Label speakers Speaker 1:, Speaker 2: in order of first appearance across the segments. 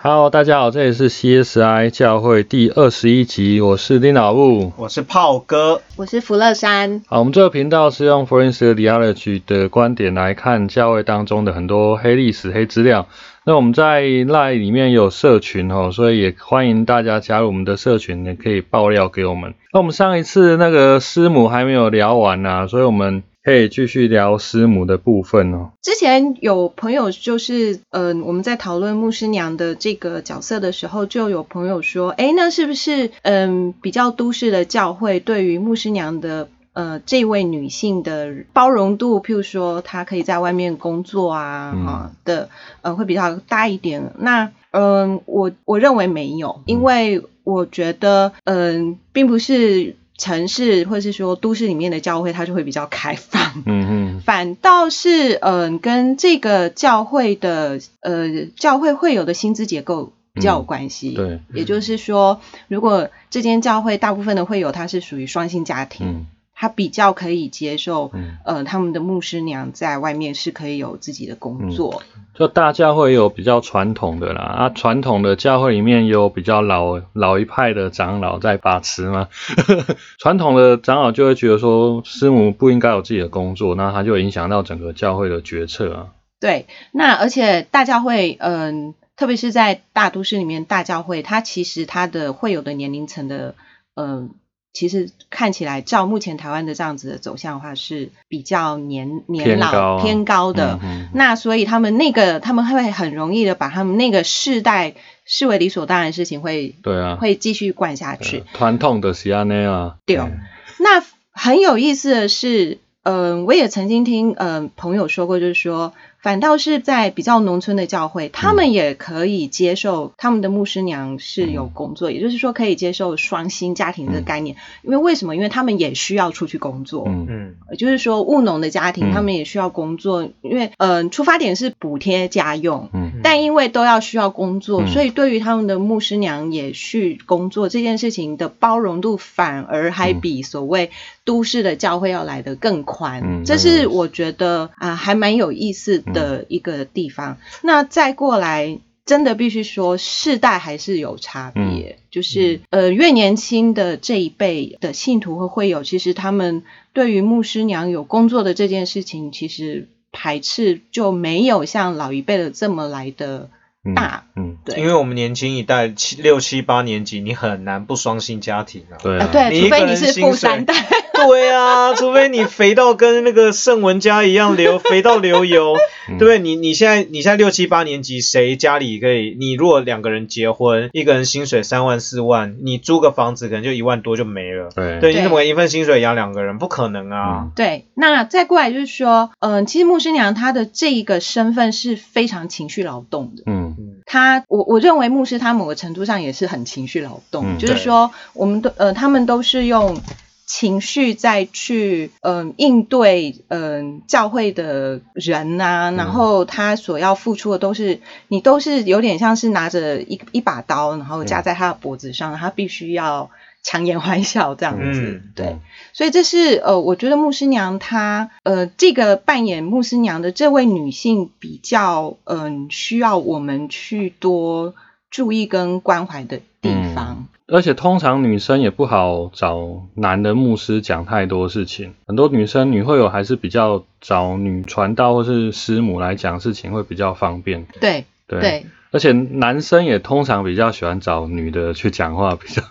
Speaker 1: Hello，大家好，这里是 CSI 教会第二十一集，我是丁老布。
Speaker 2: 我是炮哥，
Speaker 3: 我是福乐山，
Speaker 1: 好，我们这个频道是用 Forensic Theology 的观点来看教会当中的很多黑历史、黑资料。那我们在 Line 里面有社群哦，所以也欢迎大家加入我们的社群，也可以爆料给我们。那我们上一次那个师母还没有聊完呢、所以我们可以继续聊师母的部分哦。
Speaker 3: 之前有朋友就是，嗯、我们在讨论牧师娘的这个角色的时候，就有朋友说，诶，那是不是，嗯、比较都市的教会对于牧师娘的，呃，这位女性的包容度，譬如说她可以在外面工作啊，
Speaker 1: 嗯
Speaker 3: 哈、的，呃，会比较大一点。那，嗯、我我认为没有，因为我觉得，嗯、并不是。城市或是说都市里面的教会，它就会比较开放，
Speaker 1: 嗯
Speaker 3: 反倒是嗯、呃跟这个教会的呃教会会有的薪资结构比较有关系。
Speaker 1: 嗯，对，
Speaker 3: 也就是说，如果这间教会大部分的会友他是属于双薪家庭，
Speaker 1: 嗯
Speaker 3: 他比较可以接受。
Speaker 1: 嗯。
Speaker 3: 呃，他们的牧师娘在外面是可以有自己的工作，
Speaker 1: 就大教会有比较传统的啦，啊，传统的教会里面也有比较老老一派的长老在把持嘛。 传统的长老就会觉得说，师母不应该有自己的工作，那他就影响到整个教会的决策啊。
Speaker 3: 对。那而且大教会，嗯、特别是在大都市里面，大教会它其实它的会友的年龄层的，嗯、其实看起来，照目前台湾的这样子的走向的话，是比较年年
Speaker 1: 偏高啊
Speaker 3: 老偏高的。
Speaker 1: 嗯嗯
Speaker 3: 那所以他们那个他们会很容易的把他们那个世代视为理所当然的事情会，
Speaker 1: 对啊，
Speaker 3: 会继续惯下
Speaker 1: 对
Speaker 3: 去
Speaker 1: 啊。传统的是安内啊，
Speaker 3: 对
Speaker 1: 嗯
Speaker 3: 那很有意思的是，嗯、我也曾经听嗯、呃朋友说过，就是说，反倒是在比较农村的教会，他
Speaker 1: 嗯
Speaker 3: 们也可以接受他们的牧师娘是有工
Speaker 1: 嗯
Speaker 3: 作，也就是说可以接受双薪家庭的概念。因为为什么？因为他们也需要出去工作。
Speaker 1: 嗯
Speaker 2: 嗯，
Speaker 3: 呃就是说，务农的家庭
Speaker 1: 嗯
Speaker 3: 他们也需要工作，因为嗯、呃出发点是补贴家用，
Speaker 1: 嗯
Speaker 3: 但因为都要需要工作，
Speaker 1: 嗯
Speaker 3: 所以对于他们的牧师娘也去工作这件事情的包容度，反而还
Speaker 1: 嗯
Speaker 3: 比所谓都市的教会要来得更宽。
Speaker 1: 嗯
Speaker 3: 这是我觉得啊、还蛮有意思的一个地方。那再过来。真的必须说，世代还是有差别。就是呃，越年轻的这一辈的信徒和会友，其实他们对于牧师娘有工作的这件事情，其实排斥就没有像老一辈的这么来的
Speaker 1: 嗯
Speaker 3: 大。
Speaker 1: 嗯，
Speaker 3: 对
Speaker 2: 因为我们年轻一代七六七八年级，你很难不双薪家庭啊。
Speaker 1: 对
Speaker 3: 啊
Speaker 1: 啊，
Speaker 3: 对，
Speaker 2: 你
Speaker 3: 除
Speaker 2: 一个
Speaker 3: 非
Speaker 2: 人
Speaker 3: 你是
Speaker 2: 薪
Speaker 3: 富
Speaker 2: 水
Speaker 3: 三代，
Speaker 2: 对啊， 除非你肥到跟那个盛文家一样流肥到流油，对不对？你你现在你现在六七八年级，谁家里可以？你如果两个人结婚，一个人薪水三万四万，你租个房子可能就一万多就没了。
Speaker 1: 对
Speaker 2: 对，你怎么一份薪水养两个人？不可能啊！
Speaker 1: 嗯
Speaker 3: 对，那再过来就是说，嗯、其实牧师娘她的这一个身份是非常情绪劳动的。
Speaker 1: 嗯
Speaker 3: 她，我我认为牧师他某个程度上也是很情绪劳动，
Speaker 1: 嗯
Speaker 3: 就是
Speaker 2: 对
Speaker 3: 说，我们都呃，他们都是用情绪在去嗯、应对嗯、教会的人呐、
Speaker 2: 嗯
Speaker 3: 然后他所要付出的都是你都是有点像是拿着一一把刀，然后
Speaker 2: 嗯
Speaker 3: 架在他的脖子上，他必须要强颜欢笑这样子，
Speaker 2: 嗯
Speaker 3: 对。所以这是呃，我觉得牧师娘她呃，这个扮演牧师娘的这位女性比较嗯、需要我们去多注意跟关怀的地方。
Speaker 1: 而且通常女生也不好找男的牧师讲太多事情，很多女生女会友还是比较找女传道或是师母来讲事情会比较方便。
Speaker 3: 对
Speaker 1: 对，
Speaker 3: 对，
Speaker 1: 而且男生也通常比较喜欢找女的去讲话，比较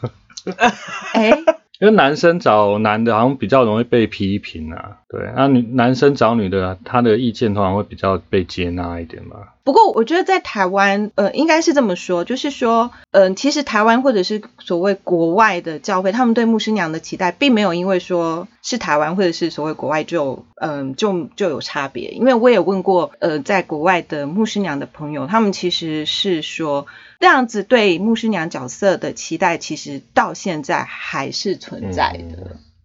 Speaker 3: 哎，
Speaker 1: 因为男生找男的好像比较容易被批评啊。对，那女男生找女的，他的意见通常会比较被接纳一点吧。
Speaker 3: 不过我觉得在台湾，呃，应该是这么说，就是说，嗯、其实台湾或者是所谓国外的教会，他们对牧师娘的期待，并没有因为说是台湾或者是所谓国外就，嗯、就就有差别。因为我也问过，呃，在国外的牧师娘的朋友，他们其实是说，这样子对牧师娘角色的期待，其实到现在还是存在
Speaker 1: 嗯
Speaker 3: 的，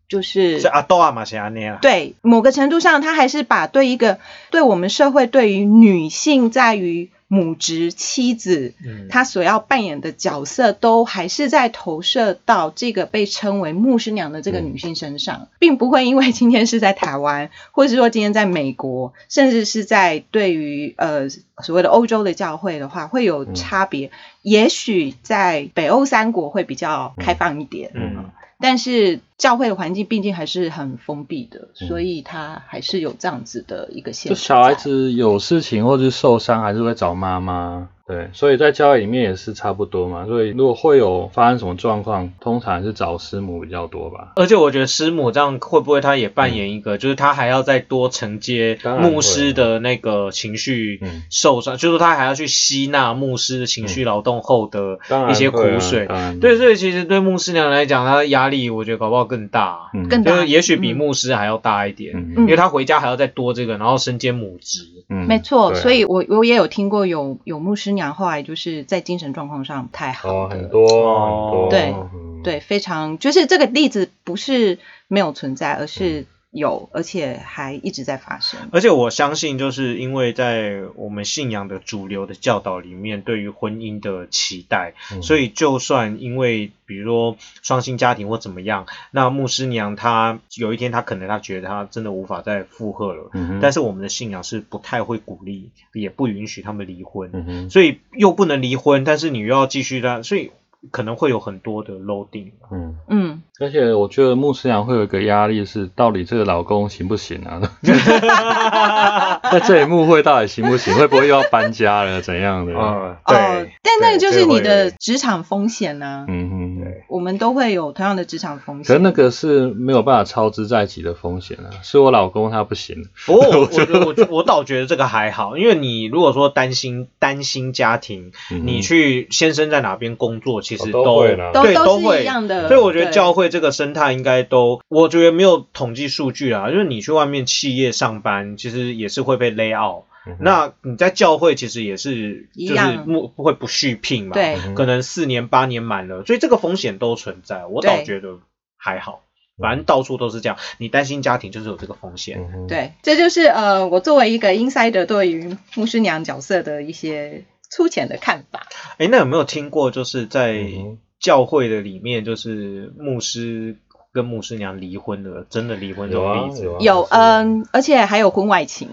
Speaker 3: 就是
Speaker 2: 是啊阿豆阿玛西亚那样。
Speaker 3: 对，某个程度上，他还是把对一个对我们社会对于女性在于母职、妻子，
Speaker 2: 嗯，
Speaker 3: 她所要扮演的角色都还是在投射到这个被称为牧师娘的这个
Speaker 2: 嗯
Speaker 3: 女性身上，并不会因为今天是在台湾，或是说今天在美国，甚至是在对于呃所谓的欧洲的教会的话，会
Speaker 2: 嗯
Speaker 3: 有差别。也许在北欧三国会比较开放一点，
Speaker 2: 嗯
Speaker 3: 但是教会的环境毕竟还是很封闭的，所以它还是有这样子的一个现
Speaker 1: 就
Speaker 3: 实在。
Speaker 1: 小孩子有事情或是受伤，还是会找妈妈。对，所以在教会里面也是差不多嘛。所以如果会有发生什么状况，通常还是找师母比较多吧。
Speaker 2: 而且我觉得师母这样会不会他也扮演一个，就是他还要再多承接
Speaker 1: 嗯当然会啊
Speaker 2: 牧师的那个情绪
Speaker 1: 嗯
Speaker 2: 受伤，就是他还要去吸纳牧师的情绪劳动后的
Speaker 1: 当然
Speaker 2: 一些苦
Speaker 1: 会啊
Speaker 2: 水。
Speaker 1: 当然
Speaker 2: 对，所以其实对牧师娘来讲，她的压力我觉得搞不好更大，
Speaker 1: 嗯
Speaker 3: 更
Speaker 2: 就
Speaker 3: 大，
Speaker 2: 是也许比
Speaker 3: 嗯
Speaker 2: 牧师还要大一点，
Speaker 1: 嗯
Speaker 2: 因为她回家还要再多这个，然后身兼母职。
Speaker 1: 嗯
Speaker 3: 没错，
Speaker 1: 对啊
Speaker 3: 所以我我也有听过有有牧师娘后来就是在精神状况上不太好
Speaker 1: 哦，
Speaker 3: 的，
Speaker 1: 很多
Speaker 2: 哦
Speaker 1: 很多
Speaker 3: 对
Speaker 1: 嗯
Speaker 3: 对，非常就是这个例子不是没有存在，而是有，而且还一直在发生。
Speaker 2: 而且我相信，就是因为在我们信仰的主流的教导里面，对于婚姻的期待，
Speaker 1: 嗯
Speaker 2: 所以就算因为比如说双薪家庭或怎么样，那牧师娘她有一天她可能她觉得她真的无法再负荷了，
Speaker 1: 嗯哼
Speaker 2: 但是我们的信仰是不太会鼓励，也不允许他们离婚，
Speaker 1: 嗯哼
Speaker 2: 所以又不能离婚，但是你又要继续让，所以可能会有很多的 loading。
Speaker 1: 嗯，
Speaker 3: 嗯，
Speaker 1: 而且我觉得牧师娘会有一个压力是，到底这个老公行不行 啊？ 在这里牧会到底行不行？会不会又要搬家了？怎样的？
Speaker 2: 嗯，
Speaker 3: 哦，但那个就
Speaker 2: 对
Speaker 3: 是
Speaker 2: 这个
Speaker 3: 你
Speaker 2: 会
Speaker 3: 的
Speaker 2: 有
Speaker 3: 职场风险呢、
Speaker 1: 嗯哼，
Speaker 2: 对
Speaker 3: 我们都会有同样的职场风
Speaker 1: 可是
Speaker 3: 险。
Speaker 1: 那个是没有办法操之在己的风险啊，是我老公他不行。
Speaker 2: 不过我我我我倒觉得这个还好，因为你如果说担心担心家庭，
Speaker 1: 嗯
Speaker 2: 你去先生在哪边工作，其实
Speaker 1: 哦都会啦
Speaker 3: 都
Speaker 2: 对
Speaker 3: 都是
Speaker 2: 会
Speaker 3: 一样的，
Speaker 2: 所以我觉得
Speaker 3: 对
Speaker 2: 教会这个生态应该都，我觉得没有统计数据啊，就是你去外面企业上班，其实也是会被 lay out、
Speaker 1: 嗯哼
Speaker 2: 那你在教会其实也是，
Speaker 3: 一
Speaker 2: 就是
Speaker 3: 样
Speaker 2: 不会不续聘嘛，，
Speaker 3: 对，
Speaker 1: 嗯
Speaker 2: 可能四年八年满了，所以这个风险都存在，我倒
Speaker 3: 对
Speaker 2: 觉得还好，反正到处都是这样，你担心家庭就是有这个风险，
Speaker 1: 嗯哼，
Speaker 3: 对，这就是呃，我作为一个 insider 对于牧师娘角色的一些粗浅的看法。
Speaker 2: 哎，那有没有听过，就是在
Speaker 1: 嗯哼
Speaker 2: 教会的里面，就是牧师跟牧师娘离婚的，真的离婚这
Speaker 1: 有啊
Speaker 2: 种例子？
Speaker 1: 有啊
Speaker 3: 有，
Speaker 1: 是啊
Speaker 3: 嗯，而且还有婚外情。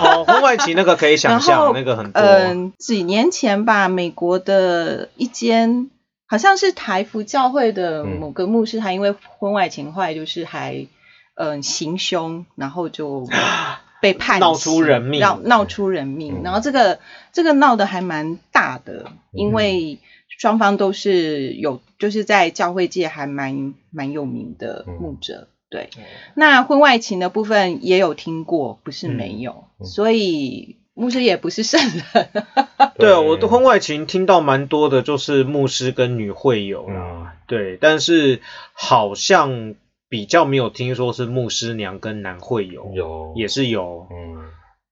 Speaker 2: 哦，婚外情那个可以想
Speaker 3: 然
Speaker 2: 象
Speaker 3: 后，
Speaker 2: 那个很多。
Speaker 3: 嗯，几年前吧，美国的一间好像是台福教会的
Speaker 1: 嗯
Speaker 3: 某个牧师，他因为婚外情，后来就是还嗯行凶，然 后就被判
Speaker 2: 闹
Speaker 3: 刑
Speaker 2: 出人命
Speaker 3: 闹闹出人命。
Speaker 1: 嗯
Speaker 3: 然后这个这个闹得还蛮大
Speaker 2: 嗯
Speaker 3: 的，因为双方都是有，就是在教会界还蛮蛮有名的
Speaker 2: 嗯
Speaker 3: 牧者，对。那婚外情的部分也有听过，不
Speaker 2: 嗯
Speaker 3: 是没有，所以牧师也不是圣人。
Speaker 2: 对啊，我的婚外情听到蛮多的，就是牧师跟女会友啦。
Speaker 1: 嗯
Speaker 2: 对，但是好像比较没有听说是牧师娘跟男会友，
Speaker 1: 有
Speaker 2: 也是有。
Speaker 1: 嗯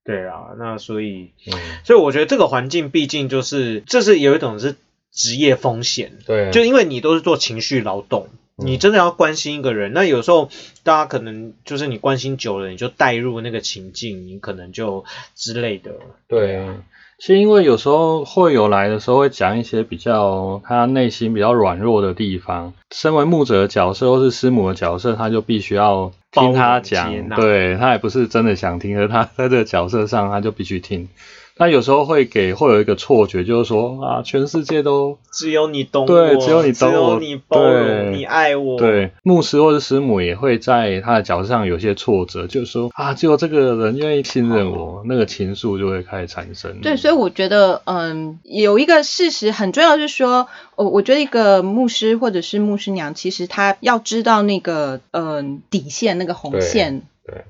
Speaker 2: 对啊，那所以，
Speaker 1: 嗯
Speaker 2: 所以我觉得这个环境毕竟就是，这是有一种是职业风险。
Speaker 1: 对啊，
Speaker 2: 就因为你都是做情绪劳动，
Speaker 1: 嗯
Speaker 2: 你真的要关心一个人。那有时候大家可能就是你关心久了，你就带入那个情境，你可能就之类的。
Speaker 1: 对啊，其实因为有时候会有来的时候会讲一些比较他内心比较软弱的地方，身为牧者的角色或是师母的角色，他就必须要听他
Speaker 2: 包容接
Speaker 1: 讲，
Speaker 2: 纳
Speaker 1: 对他也不是真的想听，而他在这个角色上他就必须听。那有时候会给会有一个错觉，就是说啊，全世界都
Speaker 2: 只有你懂我，
Speaker 1: 对只有你懂我
Speaker 2: 只有你包容，
Speaker 1: 对
Speaker 2: 你爱我。，
Speaker 1: 对，牧师或者师母也会在他的角色上有些挫折，就是说啊，只有这个人愿意信任我，那个情愫就会开始产生。
Speaker 3: 对，所以我觉得，嗯，有一个事实很重要，就是说，我我觉得一个牧师或者是牧师娘，其实他要知道那个，嗯，底线那个红
Speaker 1: 对
Speaker 3: 线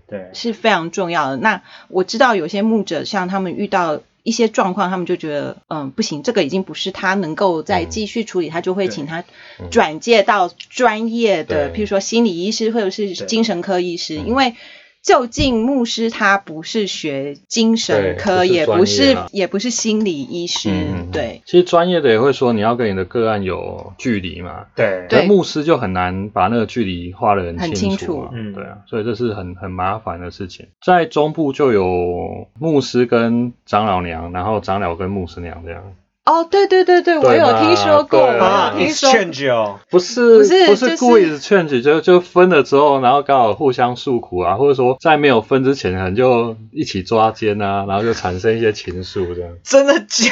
Speaker 2: 对
Speaker 3: 是非常重要的。那我知道有些牧者，像他们遇到一些状况，他们就觉得，嗯，不行，这个已经不是他能够再
Speaker 1: 嗯
Speaker 3: 继续处理，他就会请他
Speaker 1: 嗯
Speaker 3: 转介到专业的，
Speaker 1: 对嗯
Speaker 3: 譬如说心理医师或者是
Speaker 2: 对
Speaker 3: 精神科医师，因为究竟牧师他不是学精
Speaker 1: 对
Speaker 3: 神科，
Speaker 1: 不是
Speaker 3: 也
Speaker 1: 专
Speaker 3: 不
Speaker 1: 业
Speaker 3: 是
Speaker 1: 啊
Speaker 3: 也不是心理医师，
Speaker 1: 嗯，
Speaker 3: 对。。
Speaker 1: 其实专业的也会说你要跟你的个案有距离嘛，
Speaker 2: 对
Speaker 3: 对
Speaker 1: 可是牧师就很难把那个距离画得很
Speaker 3: 很
Speaker 1: 清啊
Speaker 3: 清楚
Speaker 2: 嗯
Speaker 1: 对啊，所以这是很很麻烦的事情。在中部就有牧师跟长老娘，然后长老跟牧师娘这样，
Speaker 3: 哦，对对对对，我
Speaker 1: 对
Speaker 3: 有
Speaker 1: 嘛
Speaker 3: 听说
Speaker 1: 对
Speaker 3: 过，我
Speaker 2: 啊
Speaker 3: 有听说过。
Speaker 2: ，exchange 哦，
Speaker 1: 不是
Speaker 3: 不是就是
Speaker 1: 故意 change，就就分了之后，然后刚好互相诉苦啊，或者说在没有分之前，可能就一起抓奸啊，然后就产生一些情愫这样。
Speaker 2: 真的假？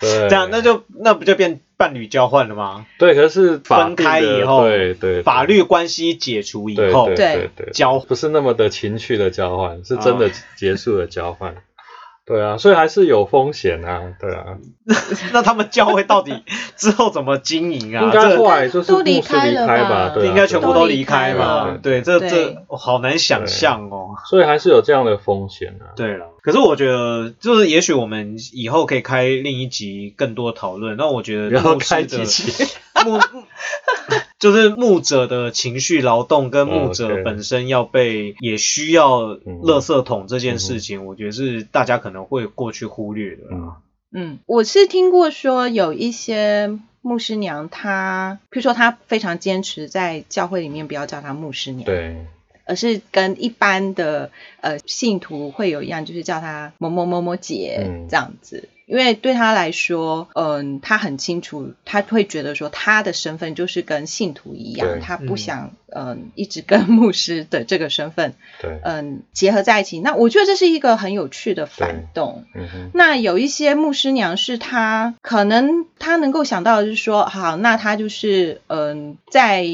Speaker 1: 对，
Speaker 2: 这样那就那不就变伴侣交换了吗？
Speaker 1: 对，可是法定的
Speaker 2: 分开以后
Speaker 1: 对对对
Speaker 2: 法律关系解除以
Speaker 1: 对
Speaker 2: 后
Speaker 1: 对对对
Speaker 2: 交换哦
Speaker 1: 不是那么的情绪的交换，是真的结束的交换。对啊，所以还是有风险啊，对啊，
Speaker 2: 那他们教会到底 之后怎么经营啊？
Speaker 1: 应该
Speaker 2: 这
Speaker 1: 后来就是
Speaker 3: 都
Speaker 1: 牧
Speaker 3: 离
Speaker 1: 师
Speaker 3: 开
Speaker 1: 离
Speaker 3: 了
Speaker 1: 开
Speaker 3: 吧
Speaker 1: 对啊，
Speaker 2: 应该全部都离开
Speaker 1: 对
Speaker 2: 嘛
Speaker 1: 啊？
Speaker 2: 对，这这
Speaker 3: 对
Speaker 2: 哦好难想象哦。
Speaker 1: 所以还是有这样的风险啊。
Speaker 2: 对了，可是我觉得，就是也许我们以后可以开另一集更多讨论。那我觉得
Speaker 1: 不要
Speaker 2: 牧师
Speaker 1: 开
Speaker 2: 的
Speaker 1: 机器，
Speaker 2: 牧，就是牧者的情绪劳动跟牧
Speaker 1: 哦
Speaker 2: 者
Speaker 1: ，OK 嗯
Speaker 2: 本身要被也需要垃圾桶这件事情，我觉得是大家可能会过去忽略的啦。
Speaker 1: 嗯
Speaker 3: 嗯，我是听过说有一些牧师娘她，譬如说她非常坚持在教会里面不要叫她牧师娘，
Speaker 1: 对，
Speaker 3: 而是跟一般的呃信徒会有一样，就是叫她某某某某姐、
Speaker 1: 嗯
Speaker 3: 这样子。因为对她来说，嗯、她很清楚，她会觉得说她的身份就是跟信徒一
Speaker 1: 对
Speaker 3: 样，她
Speaker 2: 嗯
Speaker 3: 不想嗯、一直跟牧师的这个身份
Speaker 1: 对，
Speaker 3: 嗯结合在一起。那我觉得这是一个很有趣的反动。
Speaker 1: 嗯哼，
Speaker 3: 那有一些牧师娘是她可能她能够想到的是说，好，那她就是嗯、在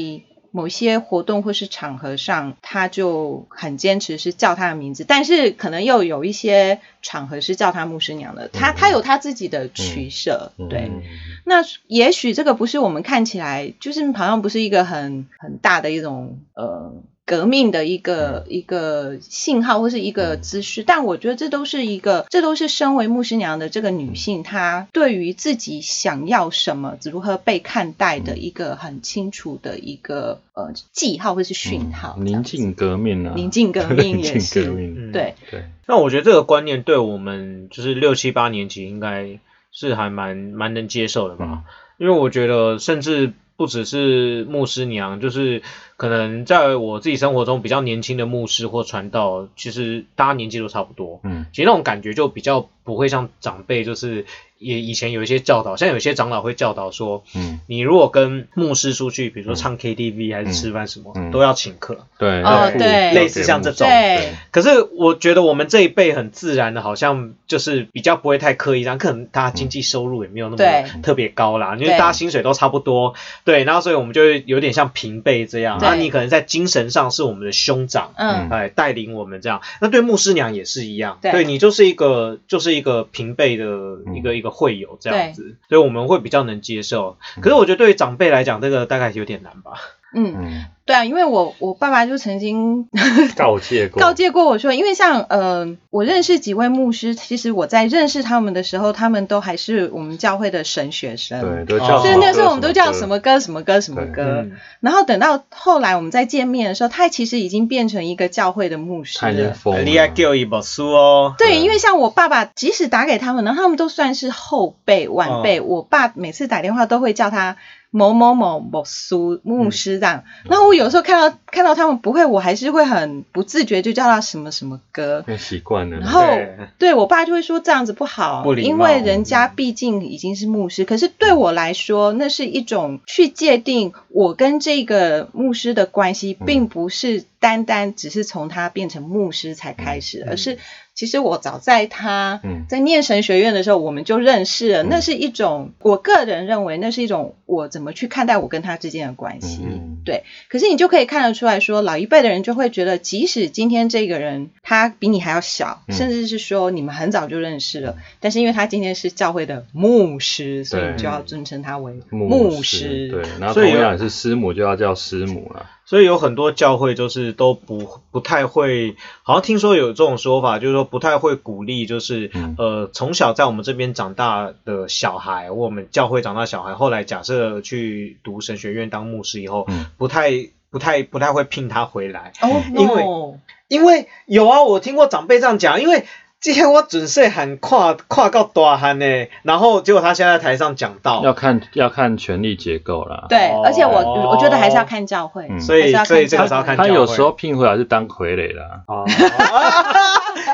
Speaker 3: 某些活动或是场合上，她就很坚持是叫她的名字，但是可能又有一些场合是叫她牧师娘的，她
Speaker 1: 嗯
Speaker 3: 她有她自己的取舍，
Speaker 1: 嗯
Speaker 3: 对。
Speaker 1: 嗯
Speaker 3: 那也许这个不是我们看起来，就是好像不是一个很很大的一种呃革命的一个、一个信号或是一个姿势，但我觉得这都是一个，这都是身为牧师娘的这个女性，她对于自己想要什么、如何被看待的一个很清楚的一个呃记号或是讯号。
Speaker 1: 嗯
Speaker 3: 这
Speaker 1: 宁
Speaker 3: 样子
Speaker 1: 静革命啊，
Speaker 3: 宁静 革命也
Speaker 1: 宁静革
Speaker 3: 是，
Speaker 2: 嗯
Speaker 1: 命，
Speaker 3: 对，
Speaker 1: 对，
Speaker 2: 那我觉得这个观念对我们就是六七八年级应该是还蛮蛮能接受的吧，
Speaker 1: 嗯
Speaker 2: 因为我觉得甚至不只是牧师娘，就是可能在我自己生活中比较年轻的牧师或传道，其实大家年纪都差不多，
Speaker 1: 嗯，
Speaker 2: 其实那种感觉就比较不会像长辈，就是也以前有一些教导，像有些长老会教导说，
Speaker 1: 嗯，
Speaker 2: 你如果跟牧师出去，比如说唱 KTV 还是吃饭什么，
Speaker 1: 嗯
Speaker 2: 都要请客。
Speaker 1: 对，
Speaker 3: 哦
Speaker 1: 对
Speaker 3: 对
Speaker 2: 类似像这种
Speaker 3: 对，
Speaker 2: 可是我觉得我们这一辈很自然的，好像就是比较不会太刻意，然后可能大家
Speaker 1: 嗯
Speaker 2: 经济收入也没有那
Speaker 3: 对
Speaker 2: 么特别高啦，因为
Speaker 3: 对
Speaker 2: 大家薪水都差不多，对，然后所以我们就会有点像平辈这样，
Speaker 3: 对
Speaker 2: 那你可能在精神上是我们的兄长。
Speaker 3: 嗯，
Speaker 2: 哎，带领我们这样，那对牧师娘也是一样，
Speaker 3: 对
Speaker 2: 你就是一个就是一个平辈的一个、一个会友这样子，所以我们会比较能接受。可是我觉得对于长辈来讲，这个大概有点难吧。
Speaker 3: 嗯，
Speaker 1: 嗯，
Speaker 3: 对啊，因为我我爸爸就曾经
Speaker 1: 告诫过，
Speaker 3: 告诫过我说，因为像呃，我认识几位牧师，其实我在认识他们的时候，他们都还是我们教会的神学生。
Speaker 1: 对，都
Speaker 2: 哦
Speaker 1: 叫
Speaker 3: 所以
Speaker 1: 什么
Speaker 3: 那时候
Speaker 1: 歌
Speaker 3: 我们都叫什么
Speaker 1: 歌？
Speaker 3: 歌什么歌什么
Speaker 1: 对
Speaker 3: 歌，
Speaker 2: 呃
Speaker 3: 然后等到后来我们再见面的时候，他其实已经变成一个教会的牧师
Speaker 1: 他已经
Speaker 3: 了。
Speaker 1: 疯了，
Speaker 2: 你爱叫一本书哦，
Speaker 3: 对，
Speaker 1: 嗯
Speaker 3: 因为像我爸爸，即使打给他们，然后他们都算是后辈晚
Speaker 1: 嗯
Speaker 3: 辈。我爸每次打电话都会叫他某某某某苏牧师这样。
Speaker 1: 嗯
Speaker 3: 然后我有时候看到看到他们不会，我还是会很不自觉就叫他什么什么哥。
Speaker 1: 那习惯了。
Speaker 3: 然后
Speaker 2: 对
Speaker 3: 对我爸就会说这样子不好，
Speaker 2: 不礼貌
Speaker 3: 因为人家毕竟已经是牧师。可是对我来说，那是一种去界定我跟这个牧师的关系，
Speaker 1: 嗯
Speaker 3: 并不是单单只是从他变成牧师才开始，
Speaker 2: 嗯
Speaker 3: 而是其实我早在他
Speaker 1: 嗯
Speaker 3: 在念神学院的时候，我们就认识了。那是一种我个人认为，那是一种我怎么去看待我跟他之间的关系。
Speaker 1: 嗯
Speaker 3: 对，可是你就可以看得出来说，老一辈的人就会觉得，即使今天这个人他比你还要小，
Speaker 1: 嗯
Speaker 3: 甚至是说你们很早就认识了，但是因为他今天是教会的牧师，所以
Speaker 1: 对
Speaker 3: 你就要尊称他为
Speaker 1: 牧
Speaker 3: 师。
Speaker 1: 对，然后
Speaker 2: 所
Speaker 1: 同
Speaker 2: 以有
Speaker 1: 样也是师母，就要叫师母了。
Speaker 2: 所以有很多教会就是都不不太会，好像听说有这种说法，就是说不太会鼓励，就是、
Speaker 1: 嗯
Speaker 2: 呃从小在我们这边长大的小孩，或我们教会长大的小孩，后来假设去读神学院当牧师以后，
Speaker 1: 嗯
Speaker 2: 不太不太不太会聘他回来，
Speaker 3: 哦、
Speaker 2: 因为
Speaker 3: no，
Speaker 2: 因为有啊，我听过长辈这样讲，因为这些我准是喊跨跨到大汉呢，然后结果他现在在台上讲
Speaker 1: 要
Speaker 2: 到，
Speaker 1: 看要看权力结构啦。
Speaker 3: 哦对，
Speaker 2: 哦
Speaker 3: 而且我我觉得还是要看教会，
Speaker 1: 嗯
Speaker 2: 所以
Speaker 3: 还是
Speaker 2: 所以
Speaker 3: 要
Speaker 2: 这个是要
Speaker 3: 教
Speaker 2: 看
Speaker 3: 会。
Speaker 1: 他有
Speaker 2: 教会
Speaker 1: 时候聘回来是当傀儡啦。
Speaker 2: 哦、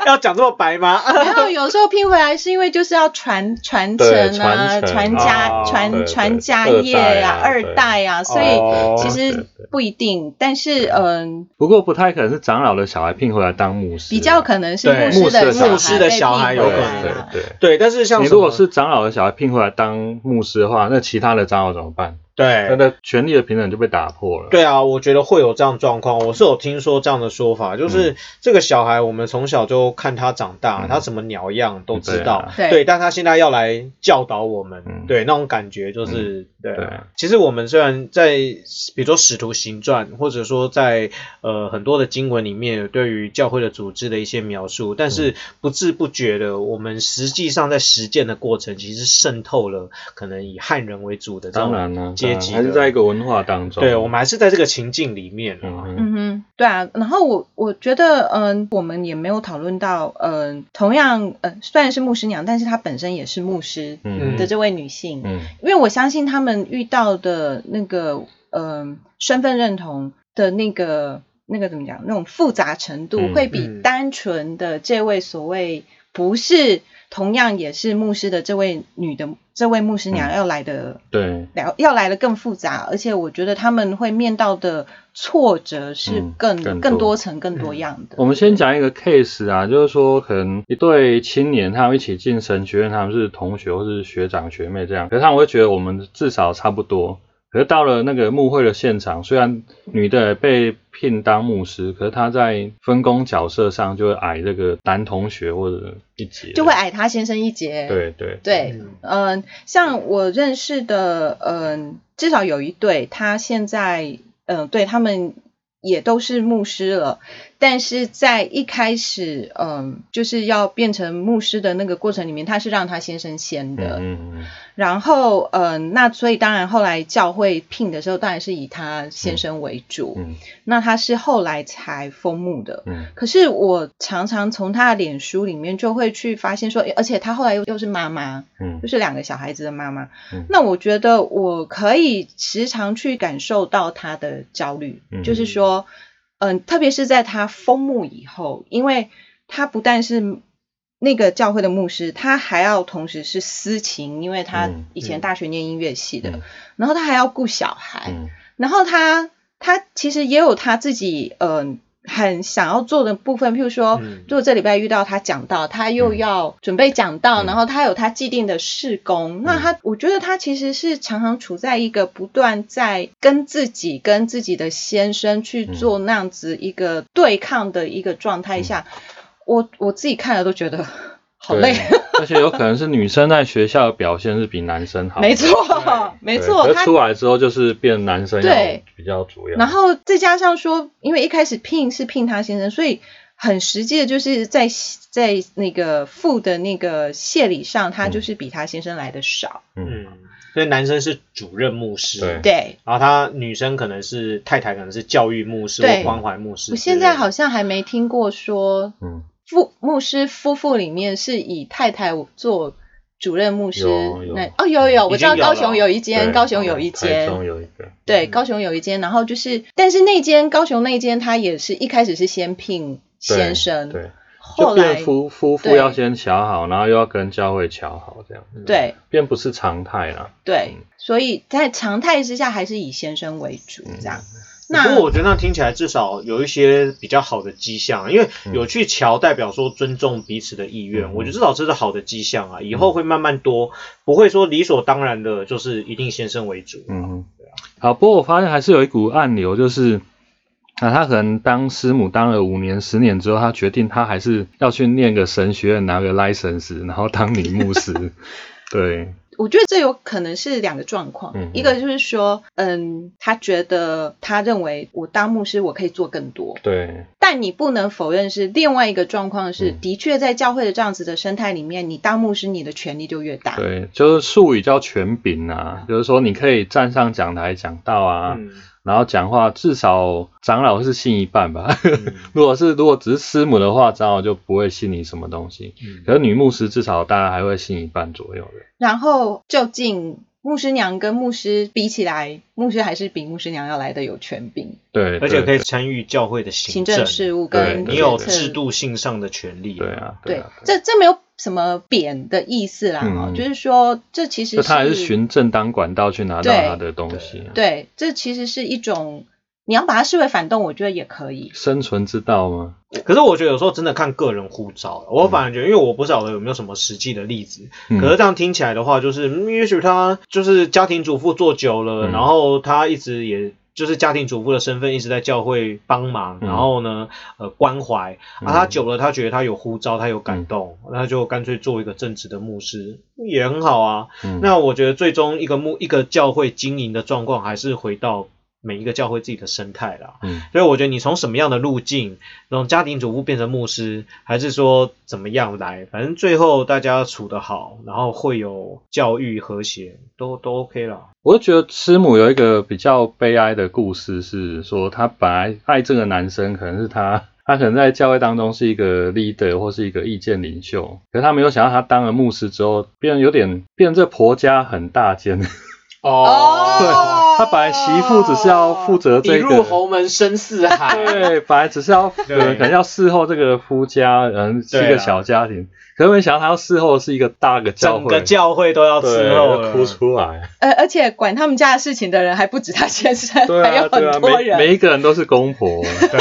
Speaker 2: 要讲这么白吗？
Speaker 3: 然后有时候拼回来是因为就是要传传承
Speaker 1: 对
Speaker 3: 啊，
Speaker 1: 传承
Speaker 3: 传
Speaker 2: 啊
Speaker 3: 家
Speaker 1: 对
Speaker 3: 传传
Speaker 1: 对
Speaker 3: 家
Speaker 1: 二
Speaker 3: 业
Speaker 1: 代
Speaker 3: 啊
Speaker 1: 啊，对
Speaker 3: 二代啊，所以
Speaker 2: 哦
Speaker 3: 其
Speaker 1: 对
Speaker 3: 实
Speaker 1: 对
Speaker 3: 不一定，但是嗯，
Speaker 1: 不过不太可能是长老的小孩聘回来当牧师啊，
Speaker 3: 比较可能是
Speaker 2: 对
Speaker 3: 牧师
Speaker 1: 牧师的
Speaker 3: 的
Speaker 2: 小
Speaker 3: 小
Speaker 2: 孩
Speaker 3: 孩被
Speaker 2: 有
Speaker 3: 聘
Speaker 2: 可能
Speaker 3: 回来啊
Speaker 1: 对对
Speaker 2: 对，但是像
Speaker 1: 对。你
Speaker 2: 什
Speaker 1: 如
Speaker 2: 么
Speaker 1: 果是长老的小孩聘回来当牧师的话，那其他的长老怎么办？他
Speaker 2: 对
Speaker 1: 的权力的平等就被打破了。，
Speaker 2: 哎对啊，我觉得会有这样状况，我是有听说这样的说
Speaker 1: 嗯
Speaker 2: 法，就是这个小孩我们从小就看他长大，
Speaker 1: 嗯
Speaker 2: 他什么鸟样都知
Speaker 1: 对
Speaker 2: 道
Speaker 1: 啊，
Speaker 3: 对
Speaker 2: 但他现在要来教导我们，
Speaker 1: 嗯
Speaker 2: 对，那种感觉就是、对
Speaker 1: 对
Speaker 2: 啊。其实我们虽然在比如说《使徒行传》，或者说在呃很多的经文里面有对于教会的组织的一些描述，但
Speaker 1: 嗯
Speaker 2: 是不知不觉的，我们实际上在实践的过程，其实渗透了可能以汉人为主的这
Speaker 1: 当
Speaker 2: 种
Speaker 1: 然呢，
Speaker 2: 阶
Speaker 1: 当然
Speaker 2: 级
Speaker 1: 还是
Speaker 2: 的
Speaker 1: 在一个文化当中。
Speaker 2: 对，我们还是在这个情境里面啊。
Speaker 1: 嗯哼
Speaker 3: 嗯哼，对啊，然后我我觉得，嗯，我们也没有讨论到，嗯，同样，呃，虽然是牧师娘，但是她本身也是牧师
Speaker 1: 嗯
Speaker 3: 的这位女性，
Speaker 1: 嗯
Speaker 3: 因为我相信他们遇到的那个，嗯，身份认同的那个那个怎么讲，那种复杂程度，
Speaker 1: 嗯
Speaker 3: 会比
Speaker 2: 嗯
Speaker 3: 单纯的这位所谓不是同样也是牧师的这位女的这位牧师娘
Speaker 1: 嗯
Speaker 3: 要来的
Speaker 1: 对，
Speaker 3: 了要来的更复杂，而且我觉得他们会面到的挫折是
Speaker 1: 嗯
Speaker 3: 更、
Speaker 1: 更多嗯
Speaker 3: 更多层、更多样的。
Speaker 1: 我们先讲一个 case 啊，就是说可能一对青年他们一起进神学院，他们是同学或是学长学妹这样，可是他们会觉得我们至少差不多。可是到了那个牧会的现场，虽然女的被聘当牧师，可是她在分工角色上就会矮这个男同学或者一截，
Speaker 3: 就会矮他先生一截。
Speaker 1: 对对
Speaker 3: 对，嗯、像我认识的，嗯、至少有一对，他现在，嗯、对他们也都是牧师了，但是在一开始，嗯、就是要变成牧师的那个过程里面，他是让他先生先的，
Speaker 1: 嗯嗯
Speaker 3: 然后，嗯、那所以当然后来教会聘的时候，当然是以他先生为主，
Speaker 1: 嗯
Speaker 3: 那他是后来才封墓的。
Speaker 1: 嗯
Speaker 3: 可是我常常从他的脸书里面就会去发现说，诶而且他后来又又是妈妈，
Speaker 1: 嗯
Speaker 3: 就是两个小孩子的妈妈。
Speaker 1: 嗯
Speaker 3: 那我觉得我可以时常去感受到他的焦虑，
Speaker 1: 嗯
Speaker 3: 就是说，嗯、特别是在他封墓以后，因为他不但是那个教会的牧师，他还要同时是司琴，因为他
Speaker 1: 嗯
Speaker 3: 以前大学念音乐系的，
Speaker 1: 嗯
Speaker 3: 然后他还要顾小孩，
Speaker 1: 嗯
Speaker 3: 然后他他其实也有他自己嗯、很想要做的部分，譬如说，
Speaker 2: 嗯
Speaker 3: 如果这礼拜遇到他讲到，他又
Speaker 1: 嗯
Speaker 3: 要准备讲到，
Speaker 1: 嗯
Speaker 3: 然后他有他既定的事工，那他我觉得他其实是常常处在一个不断在跟自己跟自己的先生去
Speaker 1: 嗯
Speaker 3: 做那样子一个对抗的一个状态下，我我自己看了都觉得 好累。
Speaker 1: 对而且有可能是女生在学校的表现是比男生好的，
Speaker 3: 没错，没错，
Speaker 1: 对可
Speaker 3: 他
Speaker 1: 是出来之后就是变男生要
Speaker 3: 对
Speaker 1: 比较主要，
Speaker 3: 然后再加上说，因为一开始聘是聘他先生，所以很实际的就是在在那个付的那个谢礼上，他就是比他先生来的少。
Speaker 1: 嗯
Speaker 2: 嗯，所以男生是主任牧师，
Speaker 1: 对
Speaker 3: 对，
Speaker 2: 然后他女生可能是太太，可能是教育牧师
Speaker 3: 对
Speaker 2: 或关怀牧师之类的。
Speaker 3: 我现在好像还没听过说
Speaker 1: 嗯
Speaker 3: 父牧师夫妇里面是以太太做主任牧师
Speaker 1: 有有
Speaker 3: 那哦有有，我知道
Speaker 2: 已经有了
Speaker 3: 高雄有一间，
Speaker 1: 对
Speaker 3: 高雄有一
Speaker 1: 台
Speaker 3: 间，
Speaker 1: 中有一个，
Speaker 3: 对，高雄有一间，然后就是，但是那间高雄那间，他也是一开始是先聘
Speaker 1: 对
Speaker 3: 先生，
Speaker 1: 对，就
Speaker 3: 后
Speaker 1: 变
Speaker 3: 来
Speaker 1: 夫夫妇
Speaker 3: 对
Speaker 1: 要先瞧好，然后又要跟教会瞧好，这样嗯
Speaker 3: 对。
Speaker 1: 变不是常态啦。
Speaker 3: 对
Speaker 1: 嗯，
Speaker 3: 所以在常态之下还是以先生为主这样。
Speaker 1: 嗯
Speaker 2: 不
Speaker 3: 那
Speaker 2: 过我觉得那听起来至少有一些比较好的迹
Speaker 1: 嗯
Speaker 2: 象，啊因为有去瞧代表说尊重彼此的意愿，
Speaker 1: 嗯
Speaker 2: 我觉得至少这是好的迹象啊，以后会慢慢多，不会说理所当然的就是一定先生为主。
Speaker 1: 嗯，好，不过我发现还是有一股暗流，就是啊，他可能当师母当了五年、十年之后，他决定他还是要去念个神学院，拿个 license，然后当女牧 师。对，
Speaker 3: 我觉得这有可能是两个状况，
Speaker 1: 嗯嗯
Speaker 3: 一个就是说，嗯，他觉得他认为我当牧师我可以做更多，
Speaker 1: 对，
Speaker 3: 但你不能否认是另外一个状况是，
Speaker 1: 嗯
Speaker 3: 的确在教会的这样子的生态里面，你当牧师你的权利就越大。
Speaker 1: 对，就是术语叫权柄啊，就是说你可以站上讲台讲道啊，
Speaker 2: 嗯，
Speaker 1: 然后讲话至少长老是信一半吧。
Speaker 2: 嗯
Speaker 1: 如果是如果只是师母的话，长老就不会信你什么东西。
Speaker 2: 嗯
Speaker 1: 可是女牧师至少大家还会信一半左右的。
Speaker 3: 然后究竟牧师娘跟牧师比起来，牧师还是比牧师娘要来的有权柄，
Speaker 1: 对，
Speaker 2: 而且可
Speaker 1: 对
Speaker 2: 以参与教会的行
Speaker 3: 行政事务跟
Speaker 1: 对
Speaker 2: 你有
Speaker 3: 决策
Speaker 2: 制度性上的权利。
Speaker 1: 对，啊，
Speaker 3: 对，
Speaker 1: 啊，对
Speaker 3: 这这没有什么贬的意思啦，
Speaker 1: 嗯
Speaker 3: 哦
Speaker 1: 嗯
Speaker 3: 就是说这其实
Speaker 1: 就他还是循正当管道去拿到
Speaker 3: 对
Speaker 1: 他的东西，，啊
Speaker 3: 对，这其实是一种你要把它视为反动，我觉得也可以。
Speaker 1: 生存之道吗？
Speaker 2: 可是我觉得有时候真的看个人护照，我反而觉得，因为我不晓得有没有什么实际的例子，
Speaker 1: 嗯
Speaker 2: 可是这样听起来的话，就是嗯也许他就是家庭主妇做久了，
Speaker 1: 嗯
Speaker 2: 然后他一直也就是家庭主妇的身份一直在教会帮忙，
Speaker 1: 嗯
Speaker 2: 然后呢呃关怀
Speaker 1: 嗯
Speaker 2: 啊，他久了他觉得他有呼召，他有感动，那他就干脆做一个正直的牧师也很好啊。
Speaker 1: 嗯
Speaker 2: 那我觉得最终一个牧一个教会经营的状况还是回到每一个教会自己的生态啦。
Speaker 1: 嗯
Speaker 2: 所以我觉得你从什么样的路径，从家庭主妇变成牧师，还是说怎么样来，反正最后大家处得好，然后会有教育和谐，都都 OK 啦。
Speaker 1: 我觉得师母有一个比较悲哀的故事，是说她本来爱这个男生，可能是 他，他可能在教会当中是一个 leader 或是一个意见领袖，可是他没有想到他当了牧师之后，变得有点变成这婆家很大间。
Speaker 4: 哦，
Speaker 1: 对， 他本来媳妇只是要负责
Speaker 4: 一
Speaker 1: 这个，
Speaker 4: 入侯门深似 海。
Speaker 1: 对，本来只是要
Speaker 2: 对
Speaker 1: 呃可能要侍候这个夫家，嗯，是一
Speaker 2: 对啊
Speaker 1: 个小家庭，可是没想到他要侍候的是一个大个教
Speaker 2: 整
Speaker 1: 会，
Speaker 2: 个教会都要
Speaker 1: 对
Speaker 2: 伺候
Speaker 1: 要
Speaker 2: 了
Speaker 1: 哭出来。
Speaker 3: 呃，而且管他们家的事情的人还不止他先生，
Speaker 1: 对
Speaker 3: 还
Speaker 1: 啊，
Speaker 3: 有
Speaker 1: 对啊，
Speaker 3: 很多
Speaker 1: 每
Speaker 3: 人，
Speaker 1: 每一个人都是公婆。
Speaker 2: 对，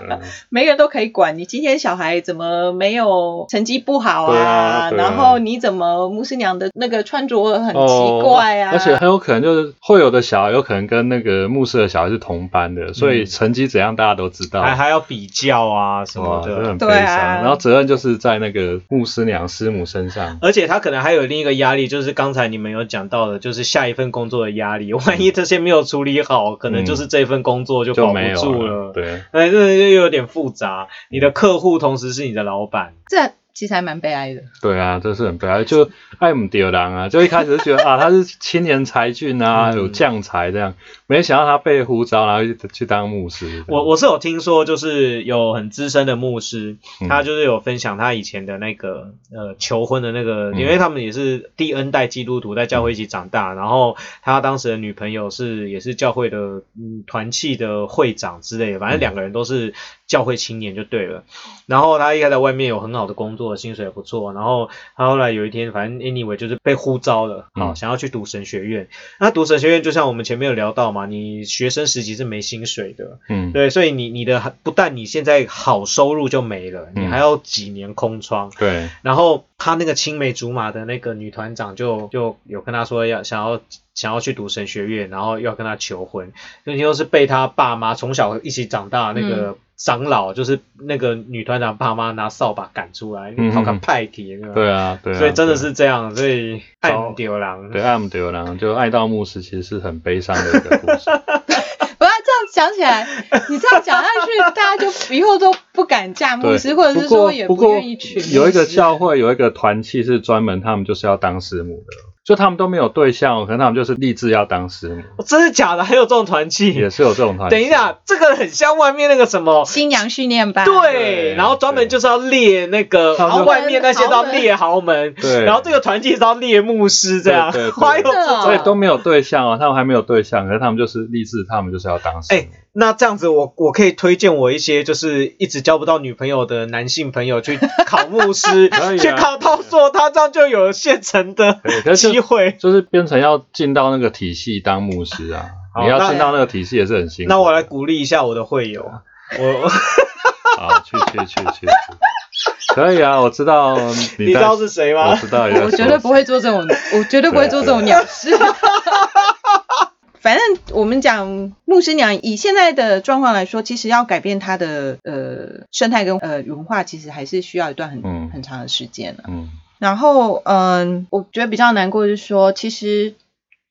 Speaker 1: 嗯
Speaker 3: 每个人都可以管。你今天小孩怎么没有成绩不好
Speaker 1: 对啊对啊
Speaker 3: 然后你怎么牧师娘的那个穿着很
Speaker 1: 哦，
Speaker 3: 奇怪啊？
Speaker 1: 而且很有可能就是会有的小孩有可能跟那个牧师的小孩是同班的，所以成绩怎样大家都知道。
Speaker 2: 嗯还还要比较啊什
Speaker 1: 哇，
Speaker 2: 么
Speaker 1: 真的
Speaker 2: 的。
Speaker 1: 很悲
Speaker 3: 对
Speaker 1: 伤。
Speaker 3: 啊
Speaker 1: 然后责任就是在那个牧师娘、师母身上。
Speaker 2: 而且他可能还有另一个压力，就是刚才你们有讲到的，就是下一份工作的压力。万一这些没有处理好，可能就是这份工作 就
Speaker 1: 嗯就
Speaker 2: 保不
Speaker 1: 没有
Speaker 2: 住
Speaker 1: 了，对，
Speaker 2: 哎，这就有点复杂。你的客户同时是你的老板，
Speaker 3: 这其实还蛮悲哀的。
Speaker 1: 对啊，这是很悲哀。就爱姆丢郎啊，就一开始就觉得 啊，他是青年才俊啊，
Speaker 2: 嗯
Speaker 1: 有将才这样，没想到他被呼召，然后去去当牧师。
Speaker 2: 我我是有听说，就是有很资深的牧师，
Speaker 1: 嗯
Speaker 2: 他就是有分享他以前的那个呃求婚的那个，
Speaker 1: 嗯
Speaker 2: 因为他们也是第 N 代基督徒，在教会一起长大，然后他当时的女朋友是也是教会的嗯团契的会长之类的，反正两个人都是教会青年就对了。然后他一开始在外面有很好的工作，薪水也不错，然后他后来有一天，反正 anyway 就是被呼召了，好、
Speaker 1: 嗯
Speaker 2: 想要去读神学院。那读神学院就像我们前面有聊到嘛，你学生时期是没薪水的。
Speaker 1: 嗯，
Speaker 2: 对，所以你你的不但你现在好收入就没了，你
Speaker 1: 嗯
Speaker 2: 还要几年空窗。
Speaker 1: 对，
Speaker 2: 然后他那个青梅竹马的那个女团长就就有跟他说要想要想要去读神学院，然后要跟他求婚，那又是被他爸妈从小一起长大的那
Speaker 1: 嗯
Speaker 2: 个长老，就是那个女团长爸妈拿扫把赶出来，
Speaker 1: 嗯
Speaker 2: 好看派题那个。
Speaker 1: 对啊，对啊，
Speaker 2: 所以真的
Speaker 1: 对
Speaker 2: 是这样，所以爱
Speaker 1: 糟
Speaker 2: 不丢狼。
Speaker 1: 对，爱姆丢郎，啊就爱到牧师，其实是很悲伤的一个故 事。
Speaker 3: 不要这样讲起来，你这样讲下去，大家就以后都不敢嫁牧
Speaker 1: 对，
Speaker 3: 师，或者是
Speaker 1: 不过
Speaker 3: 说也
Speaker 1: 不过
Speaker 3: 愿意娶牧师。
Speaker 1: 有一个教会有一个团契是专门他们就是要当师母的，就他们都没有对象，可能他们就是立志要当师母，
Speaker 2: 哦真的假的？还有这种团契？
Speaker 1: 也是有这种团。
Speaker 2: 等一，下，这个很像外面那个什么
Speaker 3: 新娘训练班，
Speaker 2: 对，然后专门就是要列那个，
Speaker 1: 豪
Speaker 2: 然
Speaker 1: 门
Speaker 2: 后外面那些都要列豪门，
Speaker 1: 对
Speaker 2: 然后这个团契是要列牧师这样，
Speaker 1: 对对对
Speaker 2: 还 有这
Speaker 3: 真的
Speaker 1: 所以
Speaker 2: 种
Speaker 3: 哦。
Speaker 1: 都没有对象哦，他们还没有对象，可是他们就是立志，他们就是要当师母。
Speaker 2: 哎那这样子我，我可以推荐我一些就是一直交不到女朋友的男性朋友去考牧师，
Speaker 1: 可以啊
Speaker 2: 去考到硕，他这样就有现成的
Speaker 1: 可以可是就
Speaker 2: 机会。
Speaker 1: 就是变成要进到那个体系当牧师啊，
Speaker 2: 好
Speaker 1: 你要
Speaker 2: 那
Speaker 1: 进到那个体系也是很辛苦的。
Speaker 2: 那我来鼓励一下我的会友，我
Speaker 1: 啊，去去去去去，可以啊，我知道
Speaker 2: 你
Speaker 1: 你
Speaker 2: 知
Speaker 1: 在
Speaker 2: 道是谁吗
Speaker 1: 我知道你在说
Speaker 3: 我
Speaker 1: 谁，
Speaker 3: 绝对不会做这种，我绝对不会做这种鸟事。 反正我们讲牧师娘，以现在的状况来说，其实要改变它的呃生态跟呃文化，其实还是需要一段很、
Speaker 1: 嗯
Speaker 3: 很长的时间了。
Speaker 1: 嗯。
Speaker 3: 然后嗯，我觉得比较难过就是说，其实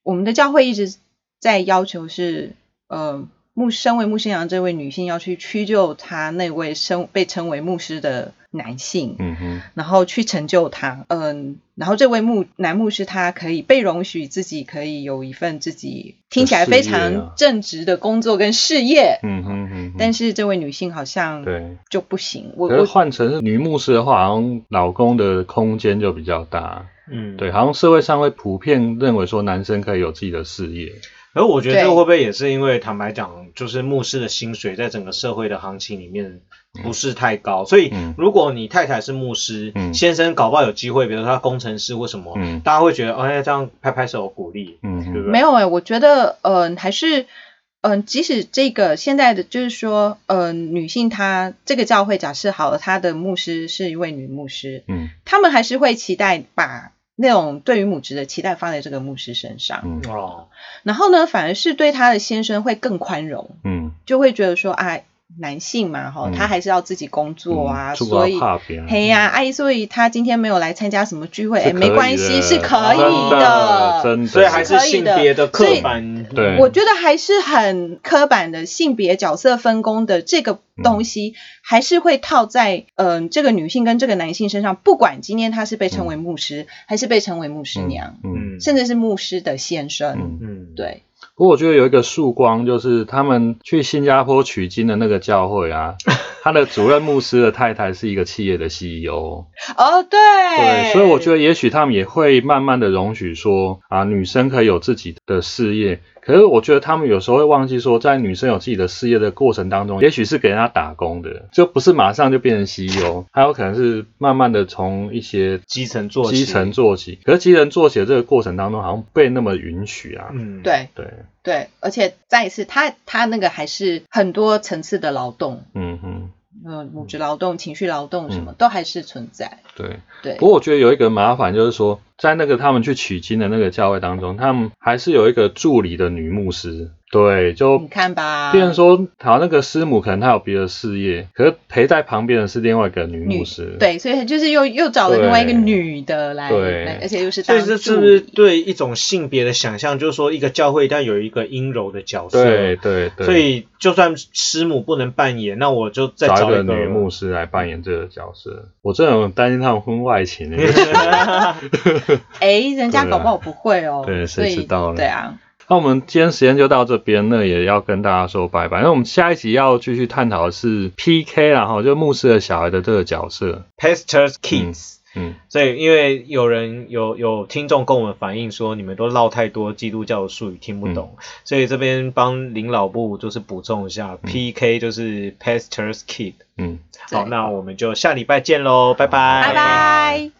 Speaker 3: 我们的教会一直在要求是呃。牧身为牧师娘这位女性要去屈就她那位身被称为牧师的男性，
Speaker 1: 嗯哼，
Speaker 3: 然后去成就他，嗯，然后这位牧男牧师他可以被容许自己可以有一份自己听起来非
Speaker 1: 事业啊
Speaker 3: 常正直的工作跟事业，
Speaker 1: 嗯哼嗯哼，
Speaker 3: 但是这位女性好像
Speaker 1: 对。
Speaker 3: 就不行，我
Speaker 1: 可是
Speaker 3: 我
Speaker 1: 换成是女牧师的话，好像老公的空间就比较大。
Speaker 2: 嗯，
Speaker 1: 对，好像社会上会普遍认为说男生可以有自己的事业。
Speaker 2: 而我觉得
Speaker 3: 对
Speaker 2: 这会不会也是因为，坦白讲，就是牧师的薪水在整个社会的行情里面不是太高，所以
Speaker 1: 嗯
Speaker 2: 如果你太太是牧师，
Speaker 1: 嗯
Speaker 2: 先生搞不好有机会，比如说他工程师或什么，
Speaker 1: 嗯
Speaker 2: 大家会觉得，哎，这样拍拍手鼓励，
Speaker 1: 嗯
Speaker 2: 对不
Speaker 1: 哼，
Speaker 2: 对？
Speaker 3: 没有哎、我觉得嗯、还是嗯、即使这个现在的就是说嗯、女性她这个教会假设好了，她的牧师是一位女牧师，
Speaker 1: 嗯
Speaker 3: 他们还是会期待把那种对于母职的期待放在这个牧师身上，
Speaker 1: 嗯
Speaker 2: 哦，
Speaker 3: 然后呢，反而是对她的先生会更宽容，
Speaker 1: 嗯，
Speaker 3: 就会觉得说啊，男性嘛哈，
Speaker 1: 嗯
Speaker 3: 他还是要自己工作啊，
Speaker 1: 嗯出国
Speaker 3: 所以
Speaker 1: 要。怕别人。
Speaker 3: 嘿呀、阿姨，所以他今天没有来参加什么聚会，
Speaker 1: 是
Speaker 3: 哎，
Speaker 1: 可以
Speaker 3: 没关系，
Speaker 1: 的
Speaker 3: 是可以
Speaker 1: 真
Speaker 3: 的。
Speaker 1: 真的，
Speaker 2: 所以还是
Speaker 3: 可以
Speaker 2: 性
Speaker 3: 的
Speaker 2: 别的刻
Speaker 3: 所以
Speaker 2: 板，
Speaker 1: 对
Speaker 3: 我觉得还是很刻板的性别角色分工的这个东
Speaker 1: 嗯
Speaker 3: 西，还是会套在嗯、呃这个女性跟这个男性身上。不管今天他是被称为牧师，还是被称为牧师娘，
Speaker 1: 嗯
Speaker 2: 嗯
Speaker 3: 甚至是牧师的先
Speaker 1: 嗯
Speaker 3: 生，
Speaker 1: 嗯。
Speaker 2: 嗯，
Speaker 3: 对，
Speaker 1: 不过我觉得有一个曙光，就是他们去新加坡取经的那个教会 啊，他的主任牧师的太太是一个企业的 E CEO。
Speaker 3: 哦，对，
Speaker 1: 对，所以我觉得也许他们也会慢慢的容许说啊，女生可以有自己的事业。可是我觉得他们有时候会忘记说，在女生有自己的事业的过程当中，也许是给人家打工的，就不是马上就变成 CEO，还有可能是慢慢的从一些
Speaker 2: 基层做起
Speaker 1: 基层做起。可是基层做起的这个过程当中，好像被那么允许啊。
Speaker 2: 嗯，
Speaker 3: 对
Speaker 1: 对，
Speaker 3: 对，而且再一次，他他那个还是很多层次的劳动，
Speaker 1: 嗯哼，
Speaker 3: 呃，母职劳动、情绪劳动什么、
Speaker 1: 嗯
Speaker 3: 都还是存在。
Speaker 1: 对。
Speaker 3: 对
Speaker 1: 不，过我觉得有一个麻烦，就是说，在那个他们去取经的那个教会当中，他们还是有一个助理的女牧师，对，就
Speaker 3: 你看吧，
Speaker 1: 变成说，好，那个师母可能她有别的事业，可是陪在旁边的是另外一个女
Speaker 3: 女
Speaker 1: 牧师。，
Speaker 3: 对，所以就是又又找了另外一个
Speaker 1: 对
Speaker 3: 女的来，
Speaker 1: 对
Speaker 3: 来而且又是
Speaker 2: 所以
Speaker 3: 当
Speaker 2: 这是
Speaker 3: 助
Speaker 2: 不是
Speaker 3: 理。
Speaker 2: 对一种性别的想象？就是说，一个教会一旦有一个阴柔的角色，
Speaker 1: 对对对，
Speaker 2: 所以就算师母不能扮演，那我就再
Speaker 1: 找
Speaker 2: 找
Speaker 1: 一个
Speaker 2: 一
Speaker 1: 女牧师来扮演这个角色，我真的很担心他们婚外情的。欸
Speaker 3: 哎，人家
Speaker 1: 对
Speaker 3: 搞
Speaker 1: 啊
Speaker 3: 不好不会哦，
Speaker 1: 对
Speaker 3: 所
Speaker 1: 谁
Speaker 3: 以
Speaker 1: 知道呢
Speaker 3: 对啊，
Speaker 1: 那我们今天时间就到这边，那也要跟大家说拜拜。那我们下一集要继续探讨的是 PK 啦，哈，就牧师的小孩的这个角色。
Speaker 2: Pastors Kids。
Speaker 1: 嗯，
Speaker 2: 所以，因为有人有有听众跟我们反映说，你们都唠太多基督教的术语听不懂，所以这边帮林老布就是补充一下、p k 就是 Pastors Kid。
Speaker 1: 嗯。
Speaker 2: 好，
Speaker 3: 对
Speaker 2: 那我们就下礼拜见喽，拜拜，
Speaker 3: 拜拜。